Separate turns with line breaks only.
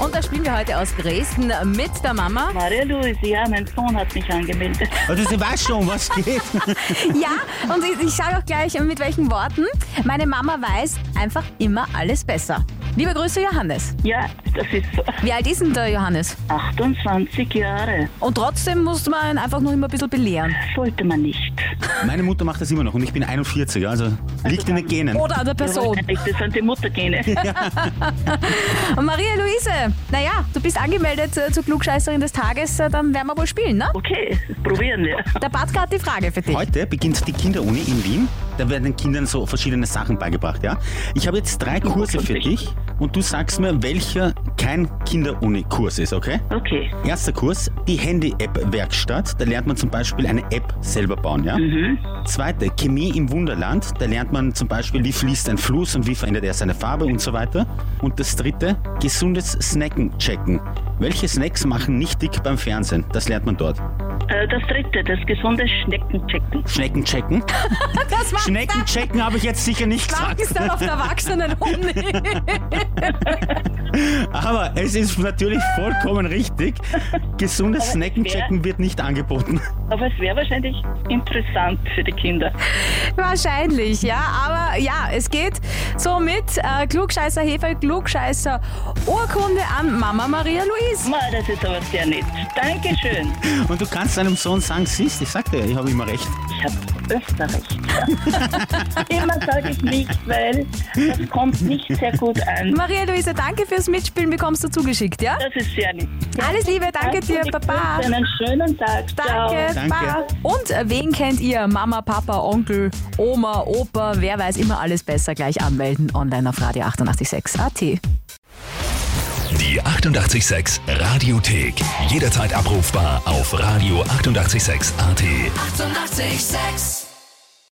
Und da spielen wir heute aus Dresden mit der Mama.
Maria Luise, ja, mein Sohn hat mich angemeldet.
Also sie weiß schon, was geht.
Ja, und ich, ich sage auch gleich mit welchen Worten. Meine Mama weiß einfach immer alles besser. Liebe Grüße, Johannes.
Ja, das ist so.
Wie alt ist denn der Johannes?
28 Jahre
Und trotzdem muss man ihn einfach noch immer ein bisschen belehren.
sollte man nicht.
Meine Mutter macht das immer noch und ich bin 41, also liegt in den Genen.
Oder an der Person.
Wahrscheinlich, Das sind die Muttergene.
Und Maria Luise, naja, du bist angemeldet äh, zur Klugscheißerin des Tages, äh, dann werden wir wohl spielen, ne?
Okay, probieren wir.
Der Batzka hat die Frage für dich.
Heute beginnt die Kinderuni in Wien. Da werden den Kindern so verschiedene Sachen beigebracht, ja? Ich habe jetzt drei Kurse für dich und du sagst mir, welcher kein Kinderuni-Kurs ist, okay?
Okay,
Erster Kurs, die Handy-App-Werkstatt. Da lernt man zum Beispiel eine App selber bauen, ja? Zweite, Chemie im Wunderland. Da lernt man zum Beispiel, wie fließt ein Fluss und wie verändert er seine Farbe und so weiter. Und das dritte, gesundes Snacken checken. Welche Snacks machen nicht dick beim Fernsehen? Das lernt man dort.
äh, das dritte, das gesunde Schneckenchecken.
Schnecken checken?
Das macht
Schnecken checken habe ich jetzt sicher nicht
Frank
gesagt.
ist dann auf der Erwachsenen Uni.
Aber es ist natürlich vollkommen richtig. Gesundes Snacken checken wird nicht angeboten.
Aber es wäre wahrscheinlich interessant für die Kinder.
Wahrscheinlich, ja. Aber ja, es geht somit äh, Klugscheißer Hefe, Klugscheißer Urkunde an Mama Maria Luise.
Ma, das ist aber sehr nett. Dankeschön.
Und du kannst deinem Sohn sagen, siehst, ich sagte, ich habe immer recht.
Ich habe öfter recht. Immer sage ich nichts, weil das kommt nicht sehr gut an.
Maria Luise, danke fürs Mitspielen, bekommst du zugeschickt, ja?
Das ist sehr nett.
Alles Liebe, danke dir,
die
Papa.
Grüße, Einen schönen Tag. Ciao.
Danke,
Danke.
Baba. Und äh, wen kennt ihr? Mama, Papa, Onkel, Oma, Opa, wer weiß immer alles besser, gleich anmelden online auf Radio 886 AT.
Die 88,6 Radiothek. Jederzeit abrufbar auf radio886.at. 88,6.
Eighty-eight, sex.